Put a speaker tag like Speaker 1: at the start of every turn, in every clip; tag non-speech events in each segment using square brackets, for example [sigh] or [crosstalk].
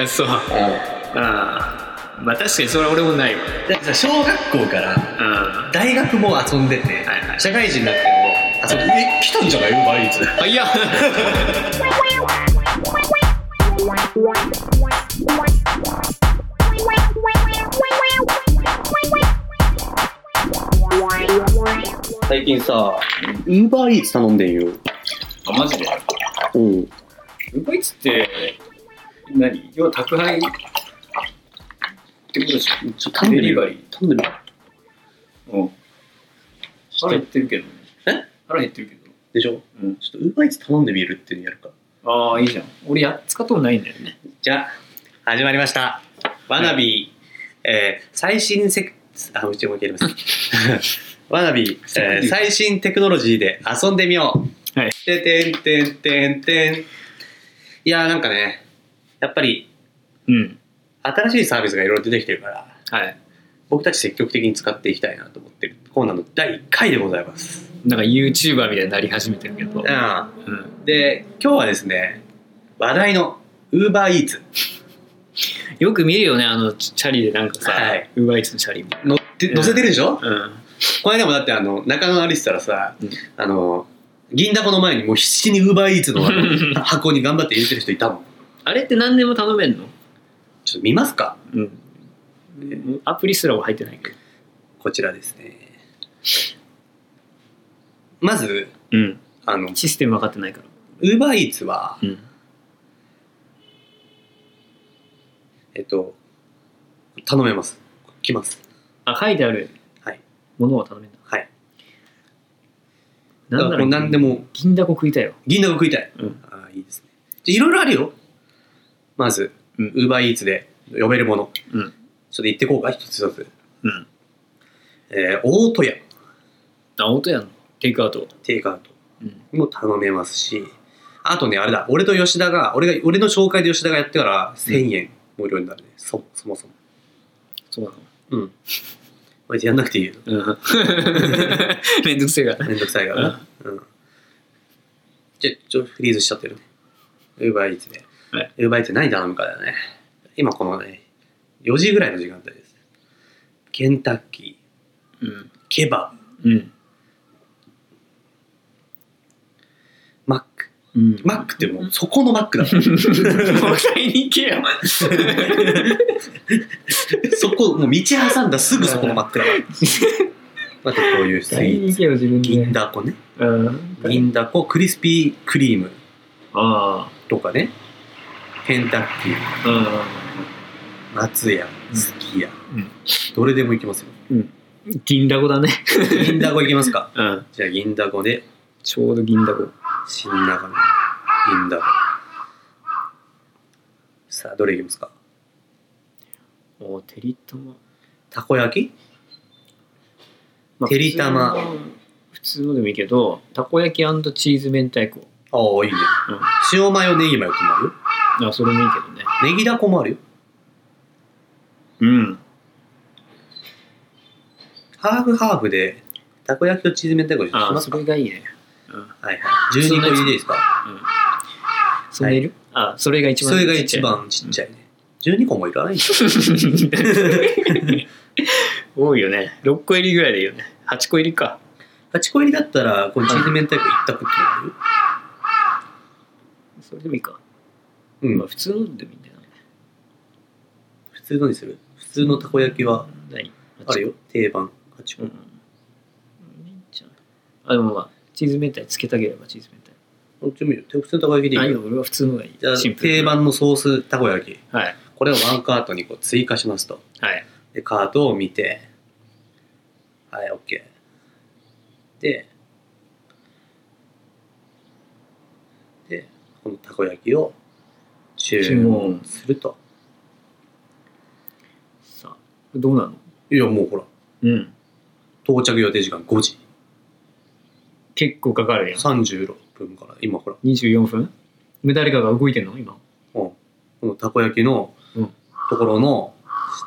Speaker 1: あそうああまあ確かにそれは俺もないわ
Speaker 2: だってさ小学校から
Speaker 1: あ
Speaker 2: 大学も遊んでて、
Speaker 1: はいはい
Speaker 2: 社会人になっても遊んでえ来たんじゃないバイツ
Speaker 1: [laughs] あいや
Speaker 2: 最近さウーバーイーツ頼んでんよ
Speaker 1: あマジで
Speaker 2: うん
Speaker 1: ウーバーイーツって何要は宅配ってことでしょ
Speaker 2: ちょ頼ん
Speaker 1: デリ
Speaker 2: でる
Speaker 1: バ
Speaker 2: よ
Speaker 1: リ
Speaker 2: 頼んでる
Speaker 1: ーうん腹減ってるけどね
Speaker 2: え
Speaker 1: 腹減ってるけど
Speaker 2: でしょ
Speaker 1: うん
Speaker 2: ちょっとウーバーイーツ頼んでみるっていうのやるか
Speaker 1: ああいいじゃん俺や使ったことないんだよね
Speaker 2: じゃあ始まりましたわなび、えー最新セクあうちも
Speaker 1: [laughs]
Speaker 2: いけますわなび、えー最新テクノロジーで遊んでみよう
Speaker 1: はい
Speaker 2: ててんてんてんてんいやーなんかねやっぱり
Speaker 1: うん
Speaker 2: 新しいサービスがいろいろ出てきてるから
Speaker 1: はい
Speaker 2: 僕たち積極的に使っていきたいなと思ってるコーナーの第1回でございます
Speaker 1: なんか YouTuber みたいになり始めてるけど
Speaker 2: ああ
Speaker 1: うん
Speaker 2: で今日はですね話題のウーバーイーツ
Speaker 1: よく見るよねあのチャリでなんかさ、
Speaker 2: はい
Speaker 1: ウーバーイーツのチャリみたい
Speaker 2: 乗って乗せてるでしょ、
Speaker 1: なうん
Speaker 2: この間もだってあの中野歩いてたらさ、
Speaker 1: うん
Speaker 2: あの銀だこの前にもう必死にウーバーイーツのあの箱に頑張って入れてる人いたもん
Speaker 1: あれって何でも頼めんの
Speaker 2: ちょっと見ますか
Speaker 1: うんアプリすらも入ってないけど
Speaker 2: こちらですねまず
Speaker 1: うん
Speaker 2: あの
Speaker 1: システム分かってないから
Speaker 2: ウーバーイーツは
Speaker 1: うん
Speaker 2: えっと頼めます来ます
Speaker 1: あ書いてある
Speaker 2: はい
Speaker 1: ものを頼めんだ
Speaker 2: はい
Speaker 1: なん
Speaker 2: だ
Speaker 1: な
Speaker 2: からも
Speaker 1: ら
Speaker 2: う何でも
Speaker 1: 銀だこ食いたいわ
Speaker 2: 銀だこ食いたい、
Speaker 1: うん
Speaker 2: ああいいですねじゃいろいろあるよまず
Speaker 1: うん
Speaker 2: ウーバーイーツで呼べるもの
Speaker 1: うん
Speaker 2: ちょっと言ってこうか一つ一つ、
Speaker 1: うん
Speaker 2: えー、大戸屋
Speaker 1: あ本当やんテイクアウト
Speaker 2: テイクアウト
Speaker 1: うん
Speaker 2: も頼めますしあとねあれだ俺と吉田が俺が俺の紹介で吉田がやってから1000円無料になるね、そそもそも
Speaker 1: そうな
Speaker 2: うん俺やんなくていいよ
Speaker 1: のうん [laughs] めんどくせえから
Speaker 2: めんどくさいからなうんじゃちょフリーズしちゃってるねウーバーイーツで
Speaker 1: はい
Speaker 2: ウーバーイーツ何頼むかだよね今このね4時ぐらいの時間帯ですケンタッキー
Speaker 1: うん
Speaker 2: ケバブ
Speaker 1: うん
Speaker 2: マック
Speaker 1: うん
Speaker 2: マックってもうそこのマックだ
Speaker 1: [laughs]
Speaker 2: から
Speaker 1: もう買いに行けよ
Speaker 2: そこもう道挟んだすぐそこのマックだ
Speaker 1: [laughs]
Speaker 2: からあとこういうス
Speaker 1: [laughs]
Speaker 2: イ
Speaker 1: 買い
Speaker 2: ー
Speaker 1: に行
Speaker 2: ツ
Speaker 1: けよ自分で
Speaker 2: 銀だこね
Speaker 1: うん
Speaker 2: 銀だこクリスピークリーム
Speaker 1: あ
Speaker 2: とかねケンタッキー
Speaker 1: あ
Speaker 2: 松屋
Speaker 1: うん
Speaker 2: すき家
Speaker 1: うん
Speaker 2: どれでも行きます
Speaker 1: [laughs]
Speaker 2: よ
Speaker 1: うん銀だこだね
Speaker 2: 銀だこ行きますか
Speaker 1: うん
Speaker 2: じゃあ銀だこで
Speaker 1: ちょうど銀だこ
Speaker 2: 新中野銀だこさあどれ行きますか
Speaker 1: おてりたま
Speaker 2: たこ焼き
Speaker 1: まあ
Speaker 2: てりたま
Speaker 1: 普通のでもいいけどたこ焼きチーズ明太子
Speaker 2: ああいいね、
Speaker 1: うん
Speaker 2: 塩マヨネギマヨってのも
Speaker 1: あそれもいいけどね
Speaker 2: あるよネギだこもあるよ
Speaker 1: うん
Speaker 2: ハーフハーフでたこ焼きとチーズ明太子にし
Speaker 1: あ
Speaker 2: ます
Speaker 1: そ
Speaker 2: かは
Speaker 1: れがいいねうん
Speaker 2: いはい12個入りでいいですか
Speaker 1: それいる、あそれが一
Speaker 2: そ
Speaker 1: 番
Speaker 2: れが一番ちっちゃいね12個もいらないでしょ
Speaker 1: [laughs] 多いよね6個入りぐらいでいいよね8個入りか
Speaker 2: 8個入りだったらこのチーズ明太子一択ってなる
Speaker 1: それでもいいか、
Speaker 2: うん
Speaker 1: まあ普通のでもいいんだよね
Speaker 2: 普通のにする普通のたこ焼きは
Speaker 1: 何
Speaker 2: あるよ定番8
Speaker 1: う
Speaker 2: 個、
Speaker 1: んいいんじゃないあでもまあチーズ明太つけたければチーズ明太
Speaker 2: どっちもいいよ普通のたこ焼きでい
Speaker 1: あ
Speaker 2: い
Speaker 1: いい
Speaker 2: よ
Speaker 1: よ俺は普通のがいい
Speaker 2: じゃあ
Speaker 1: シンプル
Speaker 2: 定番のソースたこ焼き
Speaker 1: はい
Speaker 2: これをワンカートにこう追加しますと
Speaker 1: はい
Speaker 2: でカートを見てはい OK ででこのたこ焼きを注
Speaker 1: 注
Speaker 2: 文
Speaker 1: 文
Speaker 2: すると
Speaker 1: さあどうなの
Speaker 2: いやもうほら
Speaker 1: うん
Speaker 2: 到着予定時間5時
Speaker 1: 結構かかるやん
Speaker 2: 36分から今ほら
Speaker 1: 24分今誰かが動いてんの今
Speaker 2: うんこのたこ焼きの
Speaker 1: うん
Speaker 2: ところの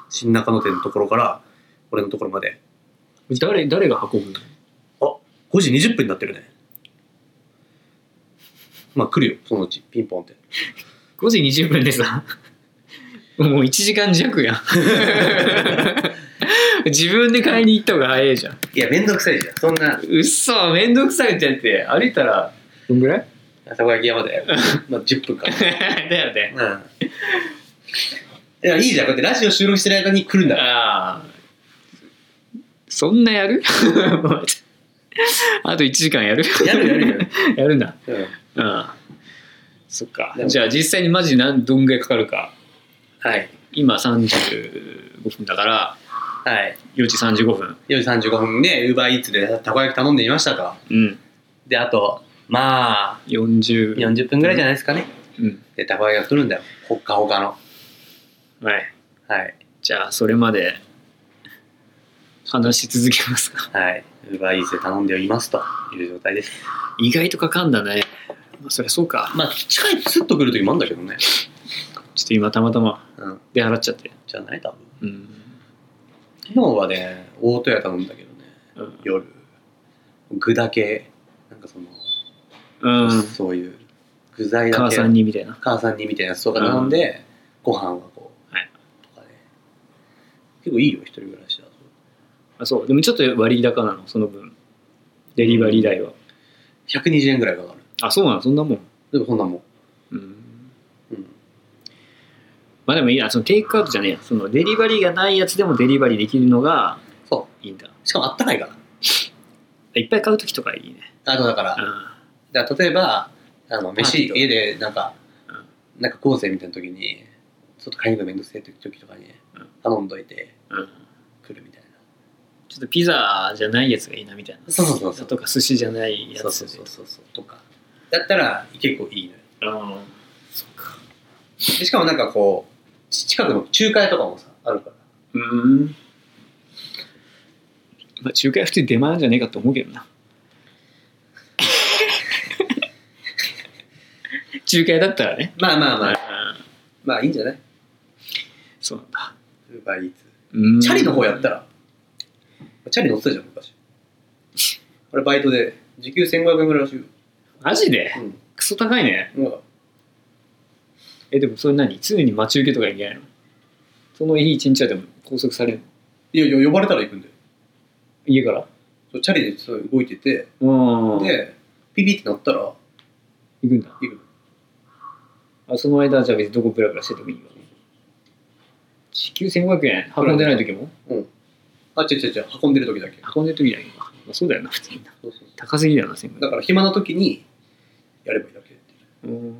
Speaker 2: し新中野店のところから俺のところまで
Speaker 1: 誰誰が運ぶの
Speaker 2: 5時20分になってるねまあ来るよそのうちピンポンって
Speaker 1: 5時20分でさ、もう1時間弱 [laughs] やん。自分で買いに行った方が早いじゃん。
Speaker 2: いやめんどくさいじゃんそんな
Speaker 1: うっそ、めんどくさいってやって、歩いたら、どんぐらい
Speaker 2: 朝焼き山で [laughs] まあ10分か
Speaker 1: [laughs] だよね。
Speaker 2: なうんいやいいじゃんこうやってラジオ収録してる間に来るんだから
Speaker 1: ああ。そんなやる [laughs] あと1時間やる
Speaker 2: やるやる
Speaker 1: [laughs]
Speaker 2: やる、
Speaker 1: やるな。
Speaker 2: うん
Speaker 1: うん。そっか
Speaker 2: で。も
Speaker 1: じゃあ実際にマジ何、どんぐらいかかるか。
Speaker 2: はい
Speaker 1: 今35分だから、
Speaker 2: はい
Speaker 1: 4時35分。
Speaker 2: 4時35分でウーバーイーツでたこ焼き頼んでみましたと
Speaker 1: うん。
Speaker 2: であとまあ
Speaker 1: 40。
Speaker 2: 40分ぐらいじゃないですかね、
Speaker 1: うん。
Speaker 2: でたこ焼きが来るんだよほっかほかの
Speaker 1: はい。
Speaker 2: はい
Speaker 1: じゃあそれまで話し続けますか [laughs]
Speaker 2: はいウーバーイーツで頼んでいますという状態です
Speaker 1: 意外とかかんだね、まあ、そりゃそうか
Speaker 2: まあ近いスッと来る時もあるんだけどね
Speaker 1: ちょっと今たまたま
Speaker 2: うん
Speaker 1: 出払っちゃって
Speaker 2: じゃない多分
Speaker 1: うん
Speaker 2: 昨日はね大戸屋頼んだけどね
Speaker 1: うん
Speaker 2: 夜具だけなんかその、
Speaker 1: うん
Speaker 2: そういう具材だけ
Speaker 1: 母さんにみたいな
Speaker 2: 母さんにみたいなやつとか頼んで、ご飯はこう、
Speaker 1: はい
Speaker 2: とかね結構いいよ一人暮らしだと
Speaker 1: あそうでもちょっと割高なのその分デリバリー代は、
Speaker 2: 120円ぐらいかかる
Speaker 1: あそうなのそんなもん
Speaker 2: でもそんなもん、
Speaker 1: うん
Speaker 2: うん、
Speaker 1: まあでもいいなそのテイクアウトじゃねえやそのデリバリーがないやつでもデリバリーできるのが
Speaker 2: そ
Speaker 1: いいんだ
Speaker 2: うしかもあったかいから
Speaker 1: いっぱい買う時とかいいね
Speaker 2: あとだから、
Speaker 1: あ
Speaker 2: だから例えばあの飯
Speaker 1: パーティーとか
Speaker 2: 家でなんか、なんか構成みたいな時にちょっと買いに行くのめんどくせえ時とかに
Speaker 1: うん
Speaker 2: 頼んどいて
Speaker 1: うん
Speaker 2: 来るみたいな、
Speaker 1: ちょっとピザじゃないやつがいいなみたいな
Speaker 2: そうそうそうそう
Speaker 1: とか寿司じゃないやつ
Speaker 2: そ
Speaker 1: で
Speaker 2: うそうそうそうそうとかだったら結構いいのよ
Speaker 1: うん
Speaker 2: でしかもなんかこうち近くの中華屋とかもさあるから
Speaker 1: うん。まあ、中華屋普通に出前なんじゃねえかと思うけ
Speaker 2: [laughs]
Speaker 1: どな。中華屋だったらね。
Speaker 2: まあまあまあ、まあいいんじゃない
Speaker 1: そうなんだ。
Speaker 2: ウーバーイーツ
Speaker 1: うん
Speaker 2: チャリの方やったらチャリ乗ってたじゃん
Speaker 1: [laughs]
Speaker 2: 昔俺バイトで時給1500円ぐらいらしいよ
Speaker 1: マジで
Speaker 2: うん
Speaker 1: クソ高いね。
Speaker 2: なんか
Speaker 1: え、でもそれ何常に待ち受けとかいけないのその日一日はでも拘束されるの
Speaker 2: いやいや呼ばれたら行くんだよ
Speaker 1: 家から
Speaker 2: そうチャリでそう動いてて
Speaker 1: うん。行
Speaker 2: でピピってなったら行
Speaker 1: くんだ。
Speaker 2: く
Speaker 1: あその間はじゃあ別にどこブラブラしててもいいよ。地球1500円運んでない時も
Speaker 2: あ違う違う違う運んでる時だけ
Speaker 1: 運んでる時じゃないのか。まあ、そうだよな、普通にな。
Speaker 2: そうそうそ
Speaker 1: 高すぎだよな、1500
Speaker 2: うだから暇な時にやればいいだけ
Speaker 1: うん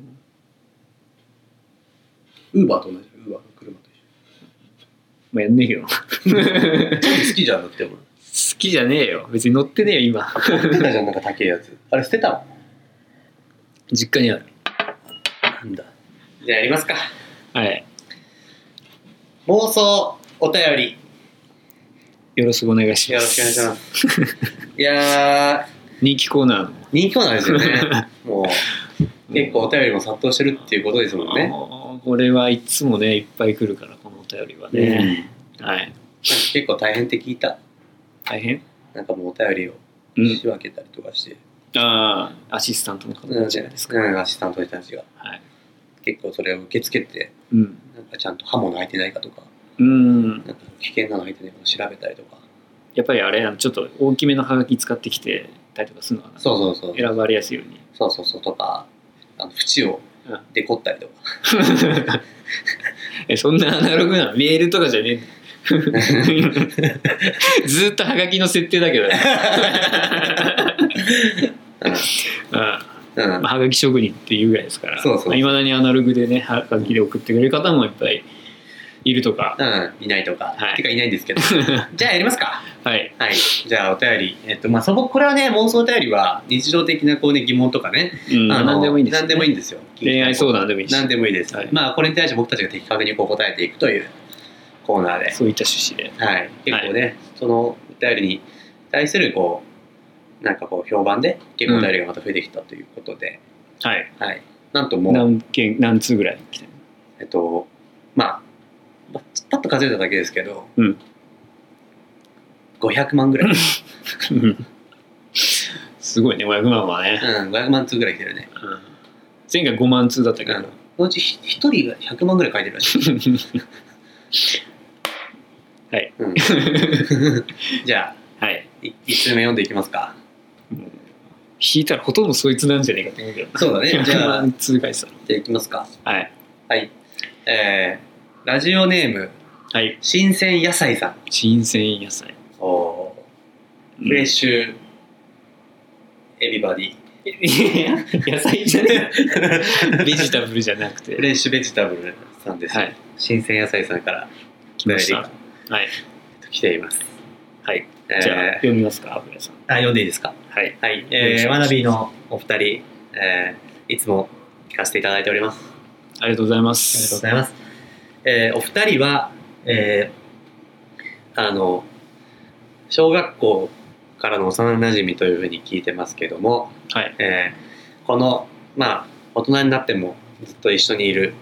Speaker 2: ウーバーと同じウーバーの車と
Speaker 1: まあやんねえよ。
Speaker 2: 一緒チャリ好きじゃなくても
Speaker 1: 好きじゃねえよ。別に乗ってねえよ、今。
Speaker 2: 捨てたじゃんなんか高いやつあれ捨てたの
Speaker 1: 実家にある。
Speaker 2: なんだじゃあやりますか
Speaker 1: はい。
Speaker 2: 妄想お便り
Speaker 1: よろしくお願いし
Speaker 2: よ
Speaker 1: ま
Speaker 2: ろし
Speaker 1: す。
Speaker 2: くお願いします [laughs] いやー
Speaker 1: 人気コーナーの。
Speaker 2: 人気コーナーですよ [laughs] ねもう結構お便りも殺到してるっていうことですもんね
Speaker 1: あーこれはいつもね、いっぱい来るから、このお便りは
Speaker 2: うんなん
Speaker 1: ね。
Speaker 2: か
Speaker 1: はい。
Speaker 2: 結構大変って聞いた
Speaker 1: 大変
Speaker 2: なんかもうお便りを
Speaker 1: うん。
Speaker 2: 仕分けたりとかして、
Speaker 1: ああ、アシスタントの方
Speaker 2: うん、
Speaker 1: たちじゃないですか。
Speaker 2: うんアシスタントの人たちが
Speaker 1: はい。
Speaker 2: 結構それを受け付けて
Speaker 1: うん。
Speaker 2: なんかちゃんと刃物開いてないかとか
Speaker 1: うん。
Speaker 2: なんか危険なの開いてないかを調べたりとか
Speaker 1: やっぱりあれ、あのちょっと大きめのハガキ使ってきてたりとかするのかな。
Speaker 2: そうそうそう
Speaker 1: 選ばれやすいように。
Speaker 2: そうそうそうとかあの縁を
Speaker 1: うん
Speaker 2: デコったりとか
Speaker 1: えそんなアナログなのメールとかじゃ
Speaker 2: [laughs]
Speaker 1: ねえずーっとハガキの設定だけどね
Speaker 2: [laughs]
Speaker 1: うん
Speaker 2: うん、
Speaker 1: まあハガキ職人っていうぐらいですから
Speaker 2: そうそう
Speaker 1: まあ、未だにアナログでねハガキで送ってくれる方もいっぱいいるとか
Speaker 2: うん、いないとか、
Speaker 1: はい
Speaker 2: てかいないんで
Speaker 1: [laughs]
Speaker 2: すけどじゃあやりますか
Speaker 1: はい
Speaker 2: はいじゃあお便りえっとまあそここれはね妄想お便りは日常的なこうね疑問とかね、
Speaker 1: うん
Speaker 2: あの
Speaker 1: 何でもいいんですよ
Speaker 2: 何でもいいんですよ
Speaker 1: 恋愛相談でもいいし
Speaker 2: 何でもいいです、
Speaker 1: はい
Speaker 2: まあこれに対して僕たちが的確にこう答えていくというコーナーで
Speaker 1: そういった趣旨で
Speaker 2: はい、結構ね、そのお便りに対するこうなんかこう評判で結構お便りがまた増えてきたということで、
Speaker 1: はい
Speaker 2: はい、なんともう、
Speaker 1: 何件何通ぐらい来てる
Speaker 2: えっとまあまあパッと数えただけですけど、
Speaker 1: うん
Speaker 2: [laughs] 500万ぐらい
Speaker 1: うん [laughs] すごいね、500万はね。
Speaker 2: うん、500万通ぐらい来てるね。
Speaker 1: うん前回5万通だったけ
Speaker 2: うん
Speaker 1: ど。。
Speaker 2: そのうちひ一人が100万ぐらい書いてるらしい。
Speaker 1: はい。
Speaker 2: [laughs] うん、じゃ
Speaker 1: [laughs]
Speaker 2: あ、
Speaker 1: はい。
Speaker 2: い一通目読んでいきますか。
Speaker 1: 引いたらほとんどそいつなんじゃねえかと思うけど。
Speaker 2: そうだ
Speaker 1: [laughs]
Speaker 2: ね。じ
Speaker 1: 100
Speaker 2: ゃあ、じゃ
Speaker 1: 万通返したの。
Speaker 2: あいきますか。
Speaker 1: はい。
Speaker 2: はい。えー、ラジオネーム、
Speaker 1: はい。
Speaker 2: 新鮮野菜さん。
Speaker 1: 新鮮野
Speaker 2: [laughs]
Speaker 1: 菜。
Speaker 2: お
Speaker 1: うん
Speaker 2: フレッシュ、エビバディ。
Speaker 1: いや野菜じゃねえ。ベジタブルじゃなく
Speaker 2: [laughs] フ
Speaker 1: て。
Speaker 2: レッシュベジタブルさんです。
Speaker 1: はい。
Speaker 2: 新鮮野菜さんから
Speaker 1: 来ました。はい。
Speaker 2: 来ています。
Speaker 1: はい。
Speaker 2: えー
Speaker 1: じゃあ、読みますか、油さん。
Speaker 2: あ読んでいいですか。
Speaker 1: はい。
Speaker 2: はい、
Speaker 1: お願い
Speaker 2: え
Speaker 1: し
Speaker 2: ー、
Speaker 1: ます
Speaker 2: わなびのお二人、えーいつも聞かせていただいております。あ
Speaker 1: ありがとうございま
Speaker 2: りがとうご
Speaker 1: す。
Speaker 2: ざいます。えーお二人は、えーあの、小学校からの幼馴染というふうに聞いてますけども、
Speaker 1: はい。
Speaker 2: えーこの、まあ、大人になってもずっと一緒にいる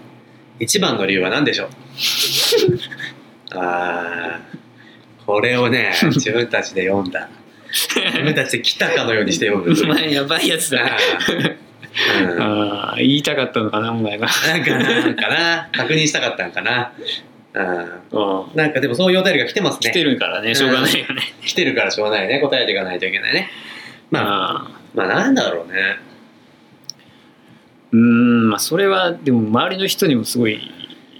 Speaker 2: 一番の理由は何でしょう [laughs] あーこれ
Speaker 1: [laughs]
Speaker 2: をね、自分たちで読んだ。自分たちで来たかのようにし
Speaker 1: [laughs]
Speaker 2: て読む。
Speaker 1: お
Speaker 2: [laughs]
Speaker 1: 前、やばいやつだ。
Speaker 2: うんなんか
Speaker 1: ああ、言いたかったのかな、お前が。
Speaker 2: なんかな確認したかったんかな、うん、
Speaker 1: うん。
Speaker 2: なんかでもそういうお便りが来てますね
Speaker 1: [laughs] 来てるからね、しょうがないよね。
Speaker 2: 来てるからしょうがないね答えていかないといけないねまあ
Speaker 1: ああ。
Speaker 2: まあなんだろうね
Speaker 1: うーん、まあ、それは、でも、周りの人にもすごい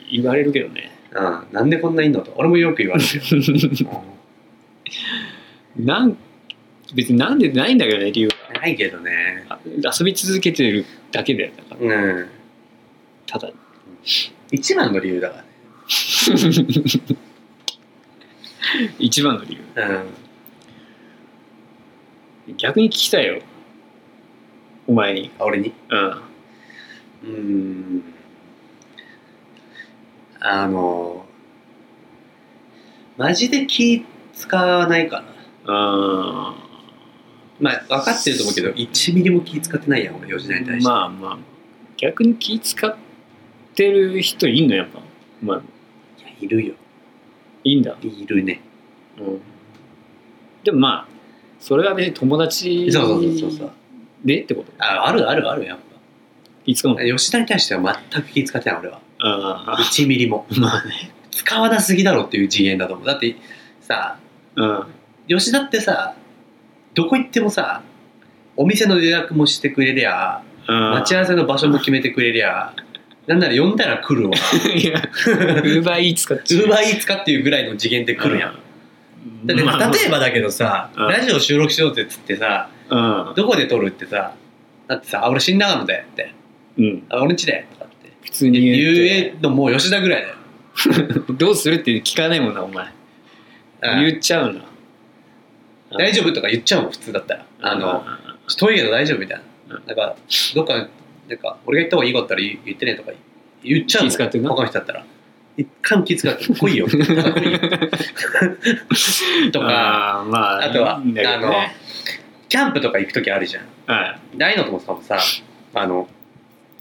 Speaker 1: 言われるけどね。 [laughs]
Speaker 2: うん、なんでこんないんのと俺もよく言われるよ、
Speaker 1: なん、別になんでないんだけどね、理由は
Speaker 2: うんないけどね
Speaker 1: あ遊び続けてるだけだよ。だから
Speaker 2: うん
Speaker 1: ただ、
Speaker 2: 一番の理由だか
Speaker 1: 一番の理
Speaker 2: らね
Speaker 1: 由。逆に聞きたいよ。お前に。
Speaker 2: うん俺に
Speaker 1: うん。
Speaker 2: うんあのマジで気使わないかな
Speaker 1: あ
Speaker 2: まあ分かってると思うけど1ミリも気使ってないやん俺吉田に対して、
Speaker 1: まあまあ逆に気使ってる人いんのやっぱまあ
Speaker 2: いやいるよ
Speaker 1: いいんだ、
Speaker 2: いるね
Speaker 1: うん、でもまあそれは別に友達
Speaker 2: そうそうそうそう
Speaker 1: でってこと
Speaker 2: ああるあるあるやっ
Speaker 1: いつかも
Speaker 2: ぱ吉田に対しては全く気使ってない俺は
Speaker 1: あ
Speaker 2: 1ミリ [laughs] も
Speaker 1: あまあね
Speaker 2: 使わなすぎだろっていう次元だと思うだってさ
Speaker 1: うん
Speaker 2: 吉田ってさどこ行ってもさお店の予約もしてくれりゃ待ち合わせの場所も決めてくれりゃなんなら呼んだら
Speaker 1: [laughs]
Speaker 2: 来るわ
Speaker 1: い
Speaker 2: [laughs]
Speaker 1: やウーバーイーツ使っ
Speaker 2: ウ
Speaker 1: ちゃう
Speaker 2: ーバーイーツかっていうぐらいの次元で来るやん
Speaker 1: ん
Speaker 2: だって
Speaker 1: まあまあ
Speaker 2: 例えばだけどさ
Speaker 1: うん
Speaker 2: ラジオ収録しようぜっつってさ
Speaker 1: うん
Speaker 2: どこで撮るってさだってさあ俺新長野だよって
Speaker 1: うん
Speaker 2: あ俺んちだよとかって
Speaker 1: 普通に言
Speaker 2: 言
Speaker 1: う
Speaker 2: えのもう吉田ぐらいだよ
Speaker 1: とどうするって聞かないもんなお前
Speaker 2: うん
Speaker 1: 言っちゃうな
Speaker 2: 大丈夫とか言っちゃうもん普通だったらあの遠いけど大丈夫みたいな
Speaker 1: うん
Speaker 2: なんかどっかなんか俺が行った方がいいことあったら言言ってねとか言っちゃうもん
Speaker 1: 気遣ってんな
Speaker 2: 他の人だったら一貫気遣って
Speaker 1: [laughs]
Speaker 2: 来いよみたいな来いよとか
Speaker 1: あーまあ
Speaker 2: あとはい
Speaker 1: いんだけどね
Speaker 2: キャンプとか行く時あるじゃん
Speaker 1: はい
Speaker 2: 大の友さんもさあの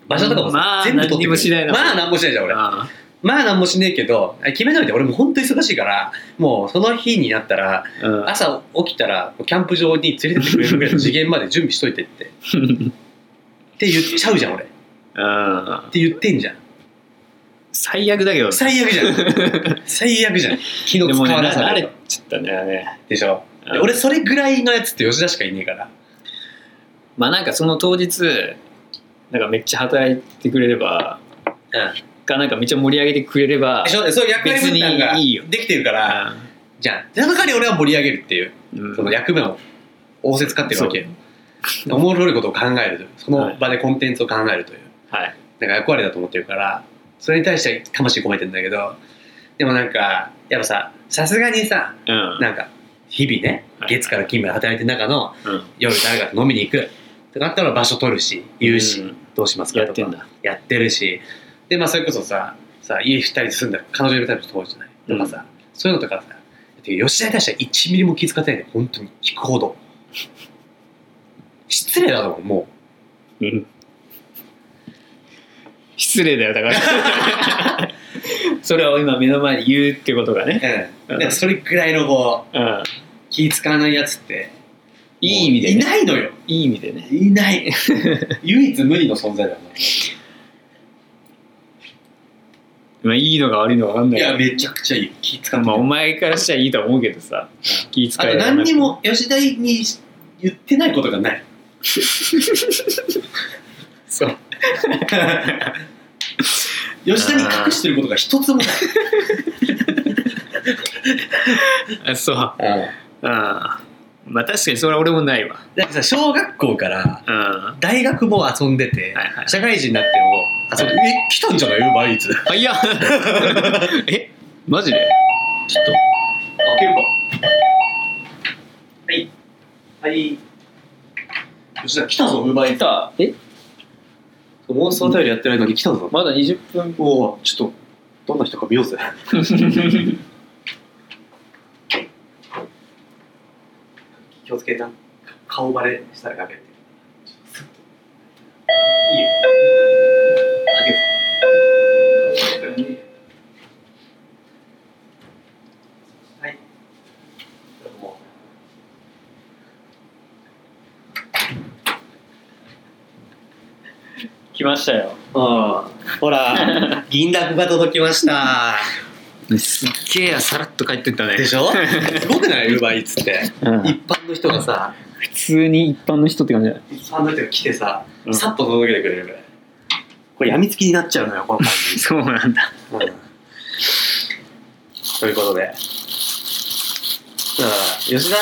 Speaker 2: 場所とかも
Speaker 1: ま
Speaker 2: さ
Speaker 1: あ
Speaker 2: 全部取
Speaker 1: 何
Speaker 2: って
Speaker 1: に
Speaker 2: く
Speaker 1: もしな
Speaker 2: れ
Speaker 1: い
Speaker 2: る
Speaker 1: な
Speaker 2: まあ何もしないじゃん俺
Speaker 1: あ
Speaker 2: まあ何もしねえけどあ決めといて俺もう本当忙しいからもうその日になったら
Speaker 1: ーうん
Speaker 2: 朝起きたらキャンプ場に連れてってくれるぐらいの次元まで準備しとい
Speaker 1: [laughs]
Speaker 2: てってって言っちゃうじゃん俺っ
Speaker 1: うん
Speaker 2: て言ってんじゃん
Speaker 1: 最悪だけど
Speaker 2: 最悪じゃん
Speaker 1: [laughs]
Speaker 2: 最悪じゃん気の
Speaker 1: で
Speaker 2: 使
Speaker 1: もね
Speaker 2: わなさ
Speaker 1: 慣
Speaker 2: れ
Speaker 1: れちゃったんだよね
Speaker 2: でしょで俺それぐらいのやつって吉田しかいねえから
Speaker 1: まあなんかその当日なんかめっちゃ働いてくれれば
Speaker 2: うん
Speaker 1: かなんかめっちゃ盛り上げてくれれば
Speaker 2: でしょでそういう役割分担が
Speaker 1: 別にいいよ
Speaker 2: できてるからじゃんでその代わり俺は盛り上げるっていう
Speaker 1: うん
Speaker 2: その役目を仰せ使ってるわけよおもろいことを考えるというその場でコンテンツを考えるという
Speaker 1: はい
Speaker 2: なんか役割だと思ってるからそれに対して魂込めてんだけどでもなんかやっぱささすがにさ
Speaker 1: うん
Speaker 2: なんか日々ね
Speaker 1: はい
Speaker 2: 月から金まで働いてる中の
Speaker 1: うん
Speaker 2: 夜誰かと飲みに行くとかあったら場所取るし言うし、
Speaker 1: うん
Speaker 2: どうしますか
Speaker 1: や
Speaker 2: とか
Speaker 1: ってんだ
Speaker 2: やってるしでまあそれこそささ家二人で住んだら彼女いるタイプの当時じゃないとかさ、そういうのとかさてか吉田に対しては1ミリも気遣ってないで本当に引くほど失礼だろも
Speaker 1: うん失礼だよだから
Speaker 2: [laughs]
Speaker 1: それを今目の前に言うってことが
Speaker 2: う、
Speaker 1: ね
Speaker 2: うん、でもそれぐらいのこう
Speaker 1: うん
Speaker 2: 気遣わないやつって
Speaker 1: いい意味で、
Speaker 2: い
Speaker 1: ね、
Speaker 2: ないのよ
Speaker 1: いい意味でね。
Speaker 2: いない [laughs] 唯一無二の存在だよね
Speaker 1: まあ、いいのか悪いのか分かんないい
Speaker 2: や
Speaker 1: け
Speaker 2: めちゃくちゃいい気使
Speaker 1: ど。
Speaker 2: って
Speaker 1: まあ、お前からしたらいいと思うけどさ、気
Speaker 2: あ
Speaker 1: 使え
Speaker 2: と
Speaker 1: る話
Speaker 2: 何に。も吉田に言ってないことがない
Speaker 1: そう。
Speaker 2: 吉田に隠してることが一つもない
Speaker 1: あそう。ああ。まあ、確かにそれは俺もないわ。
Speaker 2: だってさ小学校から
Speaker 1: うん。は
Speaker 2: 大学も遊んでて、
Speaker 1: いはい。
Speaker 2: 社会人になっても遊んで、え来たんじゃないよバイツちょっ
Speaker 1: あ、い [laughs] やえマジで
Speaker 2: と開けるかはいはい吉田来たぞウーバーイーツ
Speaker 1: たえ
Speaker 2: モンスター頼りやってないのに来たぞ、
Speaker 1: まだ20分
Speaker 2: おおちょっとどんな人か見ようぜ [laughs] 気をつけな顔バレしたらダメっていいよあげるはいも
Speaker 1: 来ましたよ。
Speaker 2: うああ
Speaker 1: [laughs]
Speaker 2: ほら銀だこが届きました
Speaker 1: すっげえやさらっと帰ってったね
Speaker 2: で。しょすごくないウーバーイーツって
Speaker 1: うん
Speaker 2: 一般の人がさ
Speaker 1: 普通に一般の人って感じだね。
Speaker 2: 一般の人が来てさ、
Speaker 1: うん
Speaker 2: さっと届けてくれるからこれやみつきになっちゃうのよこの感 [laughs] じ
Speaker 1: そうなんだ。
Speaker 2: うんということで、うん、吉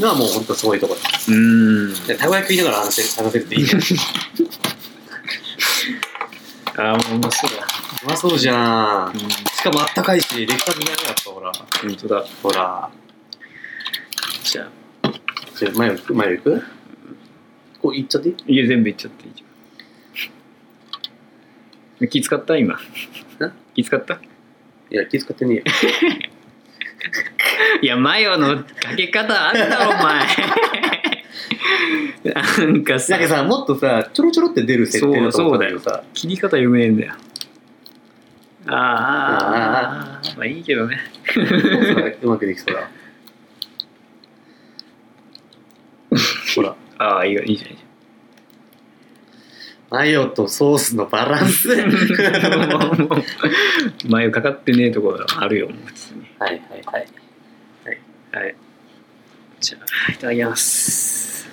Speaker 2: 田がもう本当すごいところ
Speaker 1: うーん。
Speaker 2: でたこ焼き食いながら話せ話せるっていいね
Speaker 1: あー、もう面白い。
Speaker 2: うまそうじゃん
Speaker 1: う
Speaker 2: しかもあったかいしできたてじゃなかったほら
Speaker 1: ん。本当だ。
Speaker 2: ほら
Speaker 1: じゃあ。
Speaker 2: ちょ前を行く前を行くこう行っちゃっていい
Speaker 1: 家全部いっちゃっていいじゃん。気使った今。気使った
Speaker 2: いや気遣ってねえよ
Speaker 1: いや、マヨのかけ方あんだろ、お前。 [laughs] なんか
Speaker 2: [laughs] な
Speaker 1: さ
Speaker 2: ん、かさもっとさちょろちょろって出る設定だと思ったんだけどさ
Speaker 1: 切り方読めねえんだよ。ああ、ああ、まあいいけどね。
Speaker 2: うまくでき [laughs] そうだ。ほら、
Speaker 1: ああ、いいよいいじゃん、いいじ
Speaker 2: マヨとソースのバラン [laughs] ス。はい
Speaker 1: ゃん。 [laughs] もうもうマヨかかってねえところあるよ、もう普通に。
Speaker 2: はいはい。
Speaker 1: はい。じゃあ、いただきます。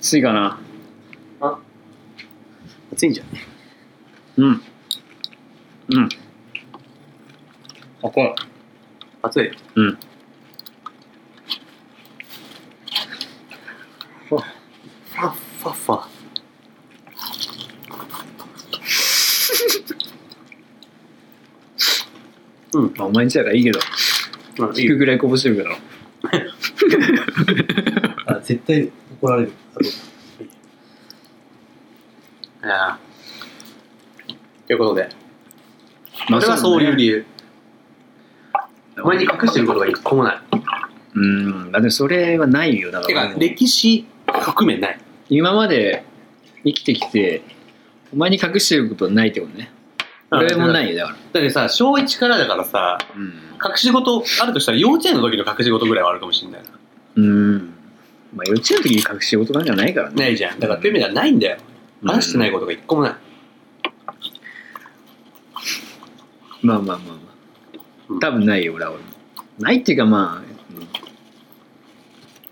Speaker 1: 暑いかな
Speaker 2: 熱いんじゃん。
Speaker 1: うん。うん。あ、こい。
Speaker 2: 熱い。
Speaker 1: うん。
Speaker 2: ファッファッファ。うん
Speaker 1: まあ、お前んちだからいいけど、
Speaker 2: まあいい
Speaker 1: 引く
Speaker 2: よ。
Speaker 1: ぐらいこぼしてるけど。
Speaker 2: あ、絶対怒られる。ああ。ということで、
Speaker 1: まあ
Speaker 2: 俺はそういう理由。お
Speaker 1: お
Speaker 2: 前
Speaker 1: 前
Speaker 2: に
Speaker 1: に。
Speaker 2: 隠してることが一個もない。
Speaker 1: うん。だってそれはないよ、だか
Speaker 2: て
Speaker 1: ら。
Speaker 2: か、歴史含めない。。
Speaker 1: 今まで生きてきて、お前に隠してることはないってことね。俺もないいよ、だから。
Speaker 2: だってさ、小1からだからさ、
Speaker 1: うん。
Speaker 2: 隠し事あるとしたら幼稚園の時の隠し事ぐらいはあるかもしれないな。
Speaker 1: うん。まあ、幼稚園の時に隠し事なんじゃないからね。
Speaker 2: ないじゃん。だからそういう意味ではないんだよ。話してない
Speaker 1: こ
Speaker 2: ことが一個もない。
Speaker 1: と。まあまあまあま
Speaker 2: うん
Speaker 1: あ。多分ないよ、俺は俺も。ないっていうかまあ、うん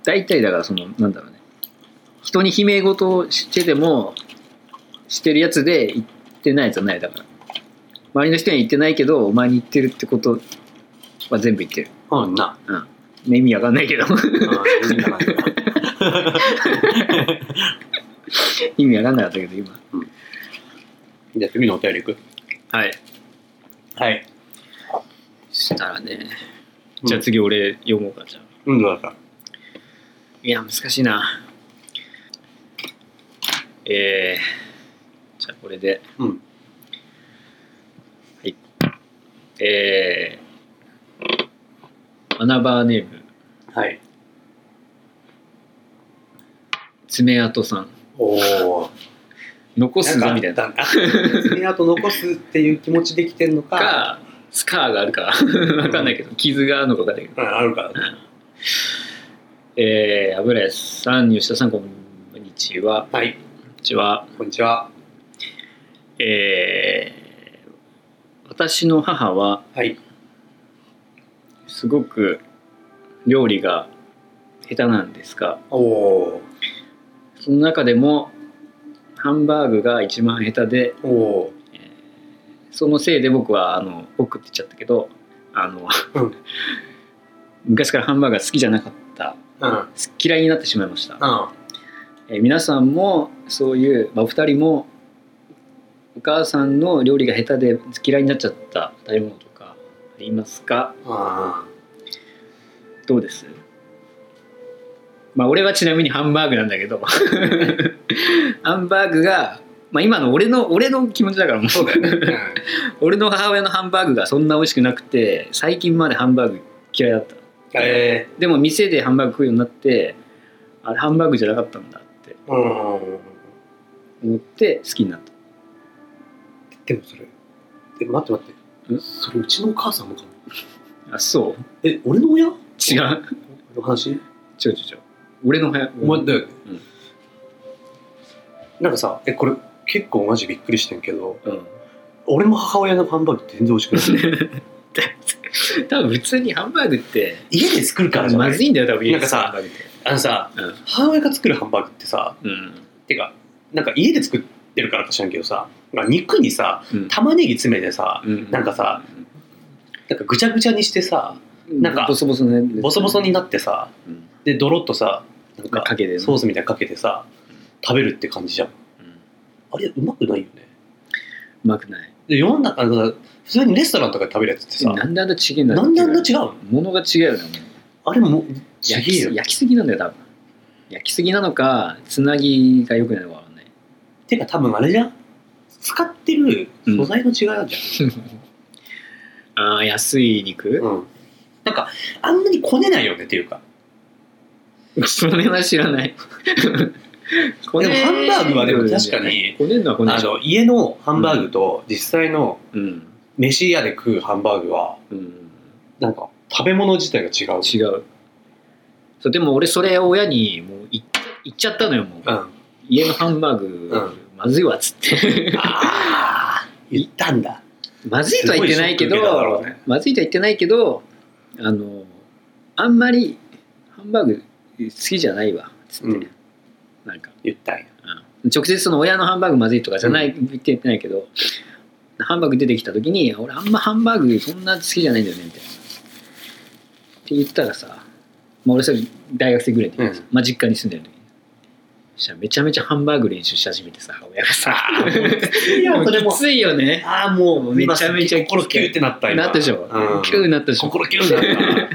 Speaker 1: 大体だからその、なんだろうね。人に悲鳴事をしてても、してるやつで言ってないやつはないだから。周りの人には言ってないけど、お前に言ってるってことは全部言ってる。
Speaker 2: うんな。
Speaker 1: ね意味わかんないけど。 [laughs]
Speaker 2: [laughs] うんいいんじゃないかな
Speaker 1: 意味わかんなかったけど、今。
Speaker 2: じゃあ次のお便りいく
Speaker 1: はい。
Speaker 2: はい。
Speaker 1: したらね。
Speaker 2: じ
Speaker 1: じゃ
Speaker 2: ゃあ
Speaker 1: あ
Speaker 2: 次。
Speaker 1: 次俺読もうか、じゃあ。
Speaker 2: うん、どうだった
Speaker 1: いや、難しいな。えー、じゃあこれで。
Speaker 2: うん。
Speaker 1: えー、アナバーネーム、
Speaker 2: はい。
Speaker 1: 爪痕さん。
Speaker 2: おお。
Speaker 1: 残すぞみたいな。
Speaker 2: なんかあった爪痕残すっていう気持ちできてんのか、
Speaker 1: か、スカーがあるか、 [laughs] わかんないけど、傷があるのかわかんないけど。
Speaker 2: うんあるからね。
Speaker 1: えー、油屋さん、吉田さん、こんにちは。
Speaker 2: はい、
Speaker 1: こんにちは。
Speaker 2: こんにちは。
Speaker 1: えー、私の母は、
Speaker 2: はい。
Speaker 1: すごく料理が下手なんですが、
Speaker 2: おお
Speaker 1: その中でも、ハンバーグが一番下手で、
Speaker 2: ーお
Speaker 1: そのせいで僕はあの僕って言っちゃったけどあの、
Speaker 2: うん
Speaker 1: [laughs] 昔からハンバーガー好きじゃなかった
Speaker 2: ーうん
Speaker 1: 嫌いになってしまいました、
Speaker 2: うん
Speaker 1: えー皆さんもそういう、まあ、お二人もお母さんの料理が下手で嫌いになっちゃった食べ物とかありますか
Speaker 2: あ
Speaker 1: どうですまあ俺はちなみにハンバーグなんだけ
Speaker 2: [laughs]
Speaker 1: どハンバーグが、まあ、今の俺の俺の気持ちだからもう
Speaker 2: ーそうだよね。 [laughs] うん
Speaker 1: 俺の母親のハンバーグがそんな美味しくなくて最近までハンバーグ嫌いだった
Speaker 2: え
Speaker 1: でも店でハンバーグ食うようになってあれハンバーグじゃなかったんだって
Speaker 2: ー、うん。
Speaker 1: 思って好きになった
Speaker 2: でもそれ、え、待って待って。それうちのお母さんもかも。
Speaker 1: あそう
Speaker 2: え、俺の親
Speaker 1: 違う
Speaker 2: の話
Speaker 1: 違う違う違う俺の母
Speaker 2: お前だよね
Speaker 1: うん
Speaker 2: なんかさえこれ結構マジびっくりしてんけど
Speaker 1: うん、
Speaker 2: 俺の母親のハンバーグって全然美味しくない
Speaker 1: 多分普通にハンバーグって
Speaker 2: [laughs] 家で作るからじゃな
Speaker 1: ま
Speaker 2: い
Speaker 1: ずいんだよ多分
Speaker 2: なんかさ
Speaker 1: ハンバーグって
Speaker 2: あのさ母親が作るハンバーグってさ
Speaker 1: うん
Speaker 2: てかなんか家で作ってるからかしらんけどさなんか肉にさ
Speaker 1: うん
Speaker 2: 玉ねぎ詰めてさ
Speaker 1: うん
Speaker 2: なんかさ、なんかぐちゃぐちゃにしてさなんか
Speaker 1: ボソボソね
Speaker 2: ボソボソになってさ
Speaker 1: うん
Speaker 2: でドロッとさなん
Speaker 1: なんか
Speaker 2: か
Speaker 1: かけてね
Speaker 2: ソースみたいにかけてさ食べるって感じじゃん
Speaker 1: うん
Speaker 2: あれうまくないよね
Speaker 1: うまくない
Speaker 2: で世の中あのさ普通にレストランとかで食べるやつってさ
Speaker 1: なんであんな違えんだろ
Speaker 2: なんであんな違うの
Speaker 1: ものが違うよねもう
Speaker 2: あれもち
Speaker 1: 焼
Speaker 2: げ
Speaker 1: き
Speaker 2: え
Speaker 1: す
Speaker 2: よ
Speaker 1: 焼きすぎなんだよ多分焼きすぎなのかつなぎが良くないのかわかんない
Speaker 2: てか多分あれじゃん使ってる素材の違いなんじ
Speaker 1: ああ安い肉
Speaker 2: ゃん、、うんなんかあんなにこねないよねっていうか
Speaker 1: それは知らない [laughs] こね
Speaker 2: でもハンバーグはでも確かに
Speaker 1: こねるのはこねる
Speaker 2: あ
Speaker 1: でしょ
Speaker 2: の家のハンバーグと実際の
Speaker 1: うん、
Speaker 2: 飯屋で食うハンバーグは
Speaker 1: うん、
Speaker 2: なんか食べ物自体が違う
Speaker 1: 違うそうでも俺それ親にもう言っ言っちゃったのよもう、
Speaker 2: うんあ
Speaker 1: 家のハンバーグ、
Speaker 2: う
Speaker 1: まずいわっつって
Speaker 2: あー言ったんだ
Speaker 1: まずいとは言ってないけど
Speaker 2: すごいショック受けただろうね
Speaker 1: まずいとは言ってないけどあのあんまりハンバーグ好きじゃないわっつって、
Speaker 2: うん
Speaker 1: なんか
Speaker 2: 言ったんや
Speaker 1: うん直接その親のハンバーグまずいとかじゃない、言ってないけどハンバーグ出てきた時に「俺あんまハンバーグそんな好きじゃないんだよね」みたいな。って言ったらさ、まあ、俺それ大学生ぐらいで、
Speaker 2: うん
Speaker 1: まあ、実家に住んでる時にそしたらめちゃめちゃハンバーグ練習し始めてさ親が
Speaker 2: [laughs]
Speaker 1: さ
Speaker 2: あーいやそれ
Speaker 1: もう
Speaker 2: も
Speaker 1: きついよね
Speaker 2: ああもう
Speaker 1: めちゃめちゃ
Speaker 2: 心キューってなったよ
Speaker 1: なったでしょ、
Speaker 2: うん、
Speaker 1: 急になったでしょ
Speaker 2: 心キューになっ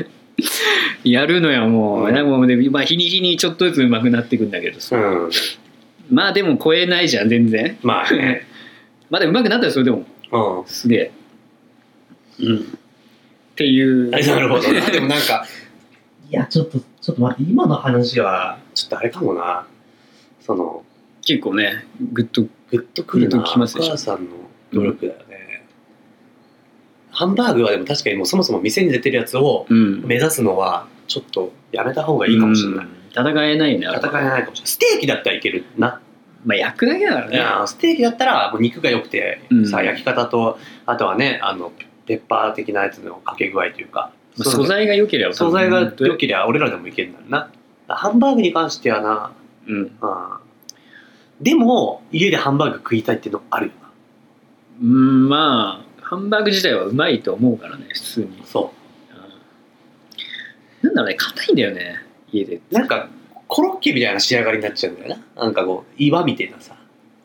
Speaker 1: やるのよもう,、
Speaker 2: うん
Speaker 1: ねもうでまあ、日に日にちょっとずつ上手くなっていくんだけど
Speaker 2: た
Speaker 1: さ、
Speaker 2: うん
Speaker 1: まあでも超えないじゃん全然
Speaker 2: まあね
Speaker 1: まあでも上手くなったよそれでも
Speaker 2: うん
Speaker 1: すげえ
Speaker 2: うん
Speaker 1: っていう
Speaker 2: あなる [laughs] ほどな。でもなんか、いや、ちょっと、ちょっと待って、今の話は、ちょっとあれかもな。その、
Speaker 1: 結構ねグッと
Speaker 2: グッとくるな。
Speaker 1: グッときますで
Speaker 2: お
Speaker 1: しょ
Speaker 2: 母さんの努力だよね。ハンバーグはでも確かにもうそもそも店に出てるやつを
Speaker 1: うん
Speaker 2: 目指すのは、ちょっとやめた方がいいかもしれない。
Speaker 1: うん戦えないよねあれは
Speaker 2: 戦えないかもしれない。ステーキだったらいけるな。
Speaker 1: まあ焼くだけだから
Speaker 2: いや
Speaker 1: ね
Speaker 2: ステーキだったらもう肉が良くて、
Speaker 1: うん
Speaker 2: さ焼き方とあとはねあのペッパー的なやつのかけ具合というか
Speaker 1: まあ素材が良ければ
Speaker 2: 素材が良
Speaker 1: 良け
Speaker 2: けりゃ俺らでもいけるんだろうなハンバーグに関してはな、
Speaker 1: うん
Speaker 2: うん、でも家でハンバーグ食いたいっていうのあるよ
Speaker 1: うんまあハンバーグ自体はうまいと思うからね普通に
Speaker 2: なそ
Speaker 1: うんなんだろうね硬いんだよね家で
Speaker 2: うなんかコロッケみたいな仕上がりになっちゃうんだよななんかこう岩みたいなさ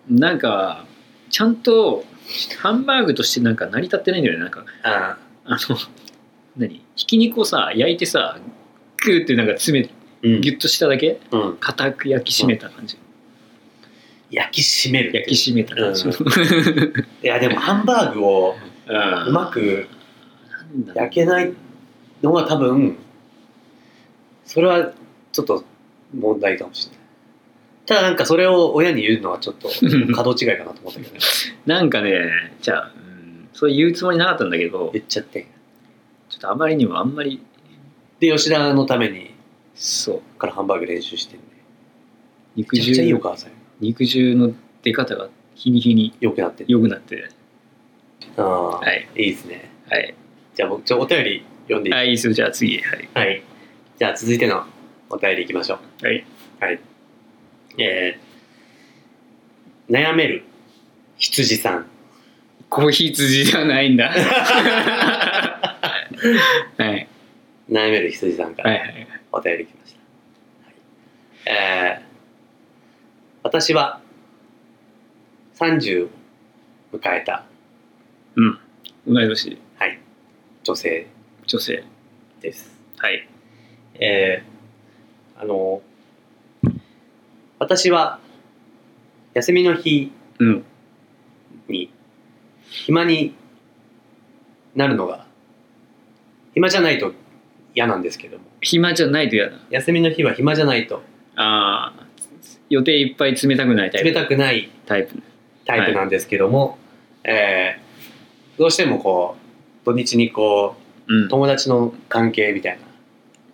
Speaker 1: なんかちゃんとハンバーグとしてなんか成り立ってないんだよねなんか
Speaker 2: あ
Speaker 1: あの何ひき肉をさ焼いてさグーってなんか詰め
Speaker 2: うん
Speaker 1: ギュッとしただけ
Speaker 2: うん、
Speaker 1: 硬く焼き締めた感じ、
Speaker 2: 焼き締めるっていう
Speaker 1: 焼き締めた感じ、
Speaker 2: うん
Speaker 1: [laughs]
Speaker 2: いやでもハンバーグを
Speaker 1: う
Speaker 2: うまく
Speaker 1: なんだろう
Speaker 2: 焼けないのは多分それはちょっと問題かもしれないただなんかそれを親に言うのはちょっ
Speaker 1: [laughs]
Speaker 2: と角違いかなと思ったけどね
Speaker 1: なんかね、じゃあ、うん、そう言うつもりなかったんだけど、
Speaker 2: 言っちゃって
Speaker 1: ちょっとあまりにもあんまり、
Speaker 2: で吉田のために
Speaker 1: そう、
Speaker 2: からハンバーグ練習してんで
Speaker 1: 肉
Speaker 2: めちゃくちゃいいお
Speaker 1: 汁、
Speaker 2: 母さんよ
Speaker 1: 肉汁の出方が日に日に
Speaker 2: よくなってる
Speaker 1: 良くなって、
Speaker 2: ああ、
Speaker 1: はいい、
Speaker 2: いですね
Speaker 1: はい。
Speaker 2: じゃあ僕ちょお便り読んでいい
Speaker 1: はい、いいですよ、じゃあ次、はい。
Speaker 2: はい。じゃあ続いてのお便りいきましょう。
Speaker 1: はい。
Speaker 2: はい。えー、悩める羊さん。
Speaker 1: 子羊じゃない
Speaker 2: [laughs]
Speaker 1: んだ。はい、はい、
Speaker 2: 悩める羊さんか
Speaker 1: は
Speaker 2: ら
Speaker 1: い。
Speaker 2: お便りきました。はい、えー、私は30を迎えた、
Speaker 1: うん。同い年、
Speaker 2: はい、女性
Speaker 1: 女性。
Speaker 2: です。
Speaker 1: はい。
Speaker 2: えー、あの、私は休みの日、
Speaker 1: うん。
Speaker 2: に暇になるのが暇じゃないと嫌なんですけども
Speaker 1: 暇じゃないと嫌だ。
Speaker 2: 休みの日は暇じゃないと
Speaker 1: ああ、予定いっぱい冷たくないタイプ。
Speaker 2: 冷たくない
Speaker 1: タイプね。
Speaker 2: タイプなんですけども、えーどうしてもこう土日にこ
Speaker 1: うん
Speaker 2: う。友達の関係みたいな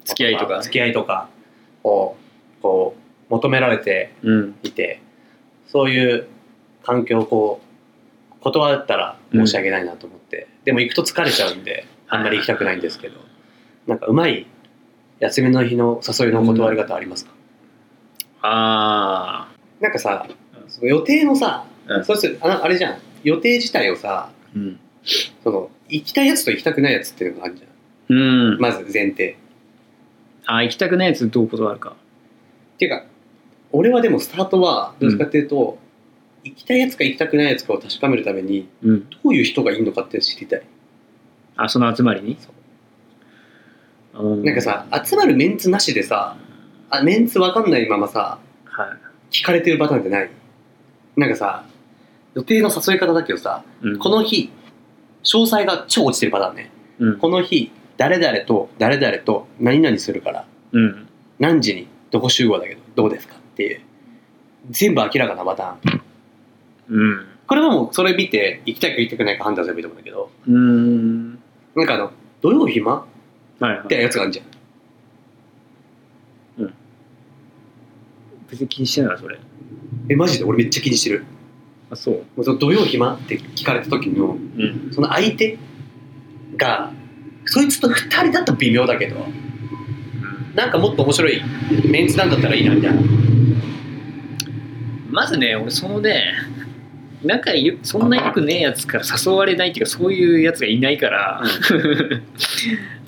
Speaker 1: 付き合いとか
Speaker 2: 付き合いとかをこう求められて
Speaker 1: うん。
Speaker 2: いてそういう環境をこう断ったら申し訳ないなと思って、でも行くと疲れちゃうんであんまり行きたくないんですけどなんかうまい休みの日の誘いの断り方ありますか、
Speaker 1: あ
Speaker 2: なんかさ
Speaker 1: うん
Speaker 2: その予定のさ、
Speaker 1: うん
Speaker 2: そうするああれじゃん予定自体をさ
Speaker 1: あ。うん。
Speaker 2: その行きたいやつと行きたくないやつっていうのがあるじゃん
Speaker 1: うん。
Speaker 2: まず前提
Speaker 1: あ、行きたくないやつどう断るか。
Speaker 2: っていうか俺はでもスタートはどっちかっていうと、行きたいやつか行きたくないやつかを確かめるために
Speaker 1: うん。
Speaker 2: どういう人がいいのかって知りたい
Speaker 1: あ、その集まりに
Speaker 2: そ
Speaker 1: うん
Speaker 2: なんかさ、集まるメンツなしでさ、あメンツわかんないままさ、
Speaker 1: は
Speaker 2: 聞かれてるパターンってないなんかさ、予定の誘い方だけどさ、
Speaker 1: い。うん
Speaker 2: この日、詳細が超落ちてるパターンね。
Speaker 1: うん。
Speaker 2: この日、誰々と誰々と何々するから、
Speaker 1: うん。
Speaker 2: 何時にどこ集合だけど、どうですかっていう、全部明らかなパターン。
Speaker 1: うん。
Speaker 2: これはもうそれ見て、行きたいか行きたくないか判断すればいいと思うんだけど、
Speaker 1: うん。
Speaker 2: なんかあの、土曜暇
Speaker 1: はい、は
Speaker 2: っ
Speaker 1: い。
Speaker 2: てやつがあるじゃん。
Speaker 1: 別に気にしてないわ、それ。
Speaker 2: え、マジで俺めっちゃ気にしてる。
Speaker 1: あ、そう。
Speaker 2: もうその土曜暇って聞かれた時の、
Speaker 1: うん。
Speaker 2: その相手がそいつと2人だと微妙だけどなんかもっと面白いメンツなんだったらいいなみたいな
Speaker 1: まずね、俺、そのね、仲よそんな良くねえやつから誘われないっていうか、そういうやつがいないから、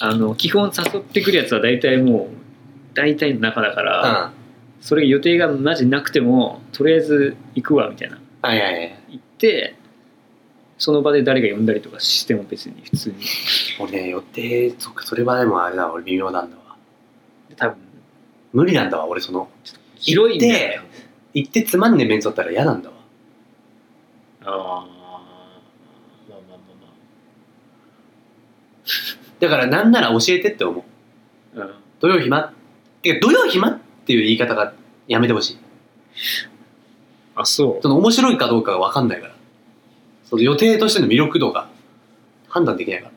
Speaker 1: あの、基本誘ってくるやつは大体もう、大体の中だから、
Speaker 2: うん
Speaker 1: それ予定がマジなくてもとりあえず行くわみたいな
Speaker 2: はいはいはい
Speaker 1: 行ってその場で誰が呼んだりとかしても別に普通に
Speaker 2: 俺ね予定そっかそれはでもあれだわ俺微妙なんだわ
Speaker 1: 多分
Speaker 2: 無理なんだわ俺その
Speaker 1: 広いんだよ
Speaker 2: 行ってつまんねえメンツだったら嫌なんだわ
Speaker 1: ああまあまあ
Speaker 2: だからなんなら教えてって思う
Speaker 1: まあまあ
Speaker 2: 土曜暇ってか土曜暇っていう言い方がやめてほしい
Speaker 1: あそ
Speaker 2: その面白いかどうかが分かんないからその予定としての魅力度が判断できないから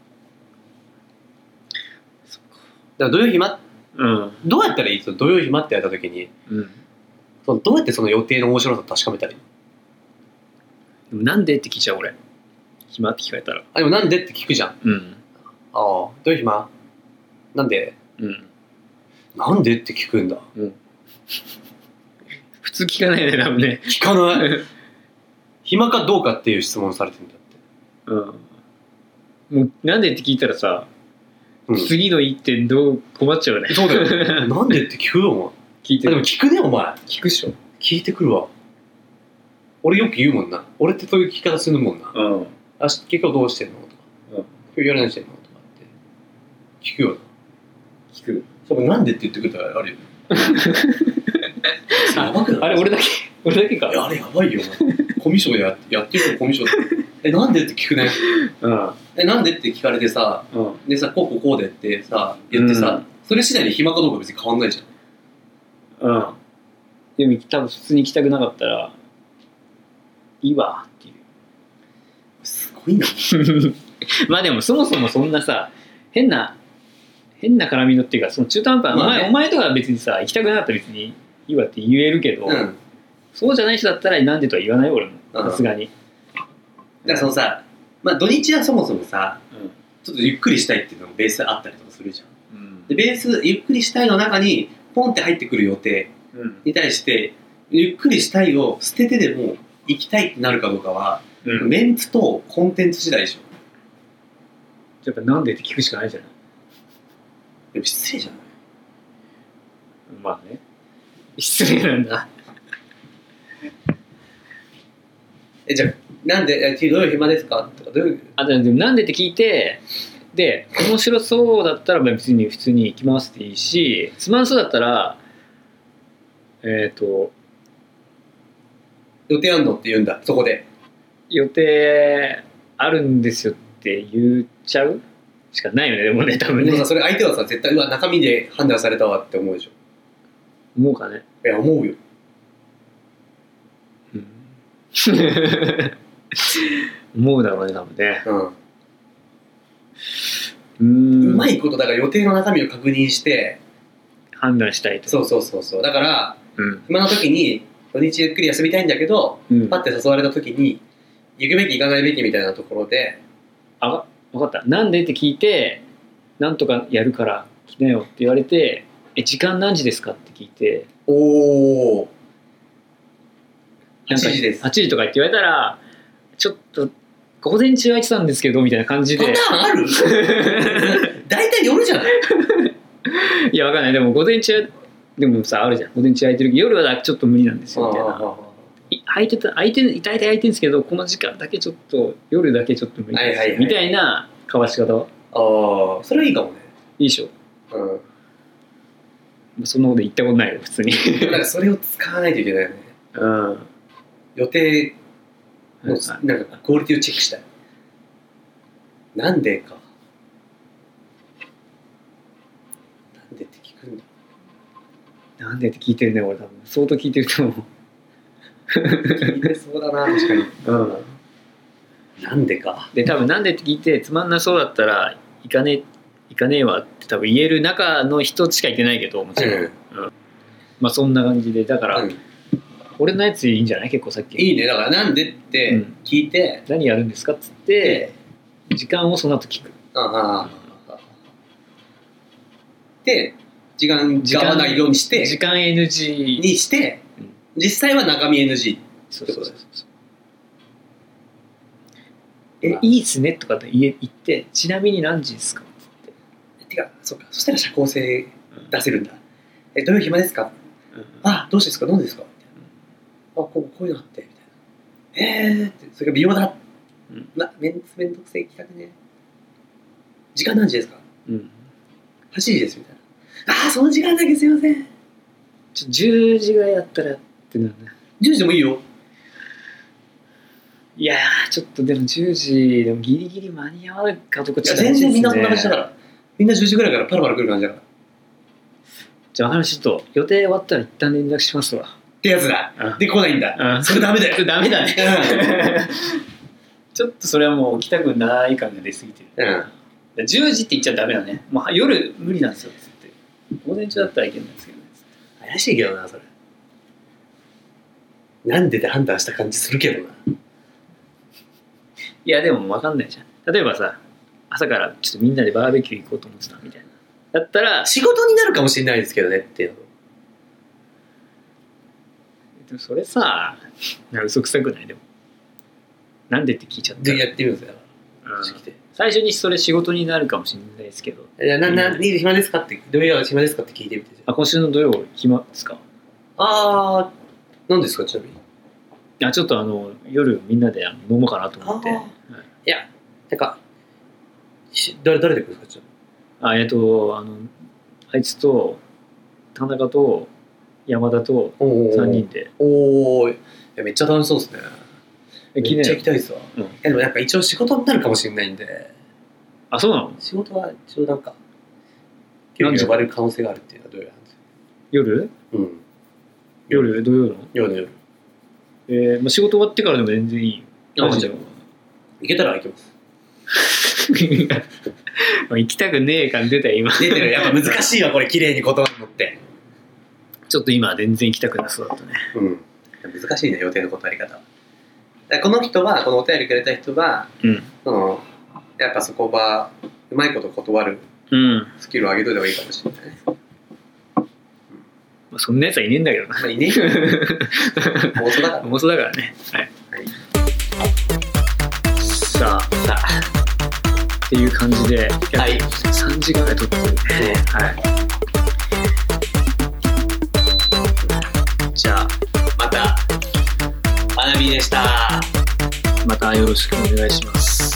Speaker 1: そっか
Speaker 2: だから土曜暇っ
Speaker 1: ううん
Speaker 2: どうやったらいいその土曜暇ってやった時に
Speaker 1: うん
Speaker 2: そのどうやってその予定の面白さを確かめたらいい
Speaker 1: でもなんでって聞いちゃう俺暇って聞かれたら
Speaker 2: あでもなんでって聞くじゃんあ
Speaker 1: うん
Speaker 2: あ土曜暇なんで
Speaker 1: うん
Speaker 2: なんでって聞くんだ
Speaker 1: 普通聞かないね多分ね
Speaker 2: 聞かない暇かどうかっていう質問されてるんだって
Speaker 1: うんもうなんでって聞いたらさ、
Speaker 2: うん
Speaker 1: 次の一点どう困っちゃうね
Speaker 2: そうだよなんでって聞くよお前あ
Speaker 1: 聞いて
Speaker 2: でも
Speaker 1: る
Speaker 2: 聞くねお前
Speaker 1: 聞くっしょ
Speaker 2: 聞いてくるわ俺よく言うもんな俺ってそういう聞き方するもんな
Speaker 1: うん
Speaker 2: あし結局どうしてんのとか、
Speaker 1: うん
Speaker 2: 今日やらないしてんのとかって聞くよな
Speaker 1: 聞く
Speaker 2: それなんでって言ってくれたらあ [laughs] るよやばくない
Speaker 1: あれ俺だけ [laughs] 俺だけか
Speaker 2: いやあれやばいよなコミュ障ややってるよコミュ障えなんでって聞くね
Speaker 1: うん
Speaker 2: えなんでって聞かれてさ
Speaker 1: うん
Speaker 2: でさこうこうこうでってさ言ってさ、
Speaker 1: うん
Speaker 2: それ次第で暇かどうか別に変わんないじゃん
Speaker 1: うん
Speaker 3: でも多分普通に行きたくなかったらいいわっていう
Speaker 2: すごいな。
Speaker 1: [laughs] まあでもそもそもそんなさ変な変な絡みのっていうかその中途半端、
Speaker 3: まあね
Speaker 1: お前お前とかは別にさ行きたくなかったら別にいいわって言えるけど、
Speaker 2: うん。
Speaker 1: そうじゃない人だったらなんでとは言わないよ俺も
Speaker 2: うん
Speaker 1: さすがに、
Speaker 2: だからそのさ、まあ土日はそもそもさ、
Speaker 1: うん
Speaker 2: ちょっとゆっくりしたいっていうのもベースあったりとかするじゃん。で、ベース、ゆっくりしたいの中に、ポンって入ってくる予定
Speaker 1: うん
Speaker 2: に対して、ゆっくりしたいを捨ててでも行きたいってなるかどうかは、
Speaker 1: うん
Speaker 2: メンツとコンテンツ次第でしょ。
Speaker 1: やっぱなんでって聞くしかないじゃない
Speaker 2: でも失礼じゃない
Speaker 1: まあね失礼なんだ
Speaker 2: え、じゃあ、なんで、えどういう暇ですかとか、どういう、
Speaker 1: あでもなんでって聞いてで面白そうだったら別に普通に行きますっていいしつまんそうだったらえっ、と
Speaker 2: 予定あんのって言うんだ、そこで。
Speaker 1: 予定あるんですよって言っちゃうしかないよねでもね多分
Speaker 2: でも
Speaker 1: ね
Speaker 2: さ、それ相手はさ、絶対、うわ、中身で判断されたわって思うでしょ。
Speaker 1: 思うか
Speaker 2: [laughs]
Speaker 1: ね、
Speaker 2: いや、思うよ。
Speaker 1: 思うだろうね多分ね
Speaker 2: うん。
Speaker 1: うーん
Speaker 2: うまいことだから予定の中身を確認して
Speaker 1: 判断したいと
Speaker 2: そうそうそうそうだから
Speaker 1: うん、
Speaker 2: 暇な時に土日ゆっくり休みたいんだけど
Speaker 1: うん、
Speaker 2: パッて誘われた時に行くべき行かないべきみたいなところで
Speaker 1: あわ分かったなんでって聞いてなんとかやるから来なよって言われてえ時間何時ですかって聞いて
Speaker 2: おお
Speaker 1: なんか
Speaker 2: 8時です
Speaker 1: 8時とかって言われたらちょっと午前中空いてたんですけどみたいな感じ
Speaker 2: パタ
Speaker 1: で
Speaker 2: ーンある [laughs] 大体夜じゃない
Speaker 1: [laughs] いやわかんないでも午前中でもさあるじゃん午前中空いてるけど夜はちょっと無理なんですよみたいないい空いてた空いて大体空いてるんですけどこの時間だけちょっと夜だけちょっと無理なんですよ
Speaker 2: はいはいはい
Speaker 1: みたいなかわし方は
Speaker 2: あーそれはいいかもね
Speaker 1: いいでしょ
Speaker 2: うん
Speaker 1: そんなこと言ったことないよ普通
Speaker 2: [laughs]
Speaker 1: に
Speaker 2: でもなんかそれを使わないといけないよね
Speaker 1: [laughs] うん
Speaker 2: 予定
Speaker 1: なん
Speaker 2: の
Speaker 1: か
Speaker 2: なんかクオリティをチェックしたいなんでかなんでって聞くんだ
Speaker 1: なんでって聞いてるね俺多分相当聞いてると思
Speaker 2: 聞いてそうだな確かに
Speaker 1: う、うん、
Speaker 2: なんでか
Speaker 1: で多分なんでって聞いてつまんなそうだったら行かね行かねえわって多分言える中の人しかいてないけどもちろん、まあそんな感じでだから、
Speaker 2: うん
Speaker 1: 俺のやついいんじゃない結構さっき
Speaker 2: いいねだからなんでって聞いて、
Speaker 1: 何やるんですかっつって時間をその後聞く
Speaker 2: ああああで時間が合わないようにし
Speaker 1: 時
Speaker 2: て
Speaker 1: 間 NG
Speaker 2: にして
Speaker 1: うん
Speaker 2: 実際は中身 NG
Speaker 1: そうそうそうそうえ
Speaker 2: まあ
Speaker 1: いいっすねとかって言え言ってちなみに何時ですかって
Speaker 2: てかそうかそしたら社交性出せるんだえどういう暇ですか
Speaker 1: 言って、
Speaker 2: あどうしてですかどうですかみたいなあこうこういうのあってみたいなえーってそれが微妙だ、
Speaker 1: うん
Speaker 2: なめんめんどくせえ企画ね時間何時ですか
Speaker 1: うんうん
Speaker 2: 8時ですみたいなああその時間だけすいません
Speaker 1: ちょ10時ぐらいだったらってなるね
Speaker 2: 10時でもいいよ
Speaker 1: いやーちょっとでも10時でもギリギリ間に合わないかとか
Speaker 2: いや全然みんなそんな感じだかららみんな10時ぐらいからパラパラ来る感じだからっ
Speaker 1: じゃあ話ちょっと予定終わったら一旦連絡しますわ
Speaker 2: てやつだ
Speaker 1: うん
Speaker 2: で来ないんだ
Speaker 1: うん
Speaker 2: それダメだ [laughs] よ
Speaker 1: ダメだね
Speaker 2: う
Speaker 1: ちょっとそれはもう起きたくない感が出すぎて
Speaker 2: ん、
Speaker 1: る10時って言っちゃダメだねもう夜無理なんですよっつって午前中だったらいけないんですけどね
Speaker 2: 怪しいけどなそれなんでで判断した感じするけどない
Speaker 1: やでも分かんないじゃん例えばさ朝からちょっとみんなでバーベキュー行こうと思ってたみたいなだったら
Speaker 2: 仕事になるかもしれないですけどねっていうの
Speaker 1: でもそれさなんか嘘くさくないでもなんでって聞いちゃった
Speaker 2: で
Speaker 1: ら
Speaker 2: やってみるんですよ
Speaker 1: うん
Speaker 2: 来て
Speaker 1: 最初にそれ仕事になるかもしれないですけど
Speaker 2: じゃあななに暇ですかってどういう暇ですかって聞いてみて
Speaker 1: あ今週の土曜暇ですか
Speaker 2: ああ何ですかちなみに
Speaker 1: あちょっとあの夜みんなであの飲もうかなと思って
Speaker 2: あーいやなんかし誰誰で来るんですかちなみに
Speaker 1: あえっとあのあいつと田中と山田と
Speaker 2: おー
Speaker 1: 3人で
Speaker 2: おおいやめっちゃ楽しそうですね
Speaker 1: え
Speaker 2: めっち
Speaker 1: 昨
Speaker 2: ゃ行き
Speaker 1: 日
Speaker 2: たいですわ、
Speaker 1: うん
Speaker 2: いやでもなんか一応仕事になるかもしれないんで
Speaker 1: あそうなの
Speaker 2: 仕事は一応なんか
Speaker 1: 何
Speaker 2: 何
Speaker 1: 時
Speaker 2: 時呼ばれる可能性があるっていうのはどういう話
Speaker 1: 夜
Speaker 2: うん
Speaker 1: 夜、土曜の
Speaker 2: 夜の夜。
Speaker 1: えーまあ、仕事終わってからでも全然いいよ。
Speaker 2: あ
Speaker 1: マジで [laughs]
Speaker 2: 行けたら行きます。
Speaker 1: 行きたくねえ感出たよ、今。
Speaker 2: 出てる。やっぱ難しいわ、これ、綺麗に断るのって。
Speaker 1: ちょっと今、全然行きたくなそうだったね。
Speaker 2: うん。難しいね、予定の断り方は。だからこの人は、このお便りくれた人は、
Speaker 1: うん。
Speaker 2: その、やっぱそこは、うまいこと断る
Speaker 1: うん。
Speaker 2: スキルを上げといた方がいいかもしれないね。
Speaker 1: まあ、そんな奴はいねえんだけど
Speaker 2: まあ、いねえよ。
Speaker 1: [laughs]
Speaker 2: 妄想だから
Speaker 1: な。。妄想だからね。はい。さあ、
Speaker 2: さあ、
Speaker 1: っていう感じで、
Speaker 2: はい。
Speaker 1: 3時間ぐらい撮ってるね。はい。じゃあ、
Speaker 2: また、学びでした。
Speaker 1: またよろしくお願いします。